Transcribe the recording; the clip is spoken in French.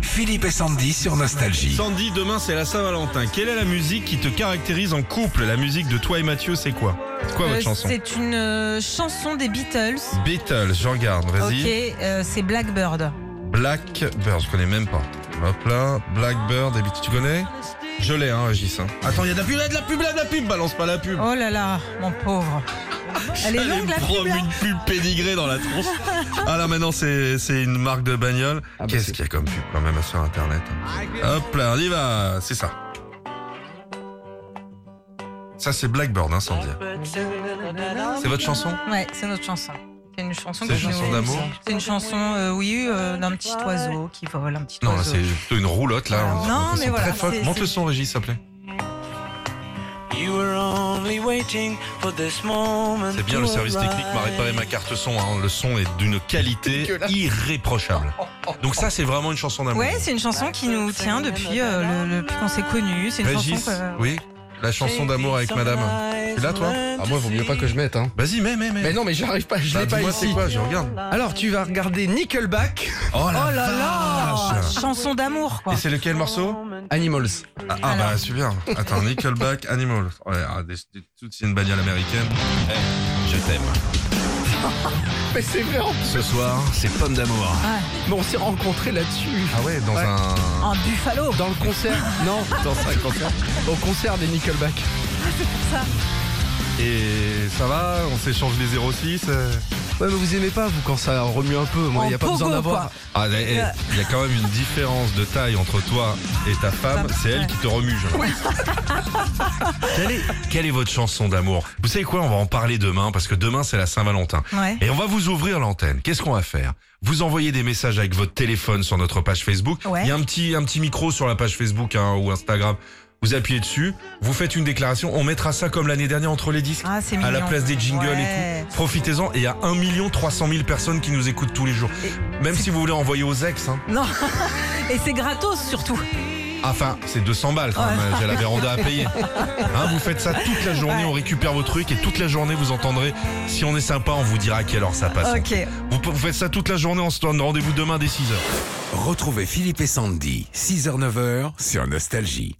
Philippe et Sandy sur Nostalgie. Sandy, demain c'est la Saint-Valentin. Quelle est la musique qui te caractérise en couple La musique de toi et Mathieu, c'est quoi C'est quoi Euh, votre chanson C'est une euh, chanson des Beatles. Beatles, je regarde, vas-y. Ok, euh, c'est Blackbird. Blackbird, je connais même pas. Hop là, Blackbird, et Beatles, tu connais Je l'ai, hein, Régis. hein. Attends, il y a de la pub, il y a de la pub, il y a de la pub, balance pas la pub. Oh là là, mon pauvre. Elle est Allez, longue la promis pub, hein. là une pub pédigrée dans la tronche. ah là maintenant c'est c'est une marque de bagnole. Ah, bah, Qu'est-ce qu'il y a comme pub quand même sur internet hein. Hop là, on y va, c'est ça. Ça c'est Blackbird hein, Sandy. C'est votre chanson Ouais, c'est notre chanson. C'est une chanson C'est que une j'ai- chanson d'amour C'est une chanson, euh, oui, euh, d'un petit oiseau qui vole, un petit Non, là oiseau. c'est plutôt une roulotte là. Non, On- on fait mais son voilà, très folk. c'est- Monte c'est- le son Régis, s'il te plaît. You were only waiting for this moment. C'est bien le service technique m'a réparé ma carte son. hein. Le son est d'une qualité irréprochable. Donc ça c'est vraiment une chanson d'amour. Ouais, c'est une chanson qui nous tient depuis euh, le, le- depuis qu'on s'est connus. C'est une Régis, chanson que- oui, la chanson d'amour avec Madame. Tu l'as toi Ah moi, vaut mieux pas que je mette. Hein. Vas-y, mets, mets, mets. Mais non, mais j'arrive pas, je Bah, l'ai pas dis-moi c'est ici. quoi, je regarde. Alors tu vas regarder Nickelback, Oh Oh là là vache. Ah, Chanson d'amour, quoi. Et c'est lequel morceau Animals. Ah, ah, bah super. Attends, Nickelback, Animal. Ouais, ah, des- des- toutes c'est une bagnole américaine. Eh, je t'aime. Mais c'est vrai. en plus. Ce soir, c'est Pomme d'amour. Mais on s'est rencontrés là-dessus. Ah ouais, dans Ouais. un. Un buffalo Dans le concert Non, dans un concert. Au concert des Nickelback. Et ça va On s'échange les 06 euh Ouais, mais vous aimez pas vous quand ça remue un peu. Moi, En il y a pas pogo, besoin quoi. d'avoir. Ah, mais, eh, il y a quand même une différence de taille entre toi et ta femme. C'est elle qui te remue, je pense. quelle, est, quelle est votre chanson d'amour Vous savez quoi On va en parler demain parce que demain c'est la Saint-Valentin. Ouais. Et on va vous ouvrir l'antenne. Qu'est-ce qu'on va faire Vous envoyez des messages avec votre téléphone sur notre page Facebook. Ouais. Il y a un petit, un petit micro sur la page Facebook hein, ou Instagram. Vous appuyez dessus, vous faites une déclaration. On mettra ça comme l'année dernière entre les disques. Ah, c'est à la mignon. place des jingles et Ouais. tout. Profitez-en. Et il y a 1 300 000 personnes qui nous écoutent tous les jours. Même si vous voulez envoyer aux ex. Hein. Ah, Non, et c'est gratos surtout. Enfin, c'est 200 balles quand même. J'ai la véranda à payer. Hein, vous faites ça toute la journée. Ouais. On récupère vos trucs et toute la journée vous entendrez. Si on est sympa, on vous dira à quelle heure ça passe. Ok. Vous, vous faites ça toute la journée. On se donne rendez-vous demain dès 6h. Retrouvez Philippe et Sandy, 6h-9h sur Nostalgie.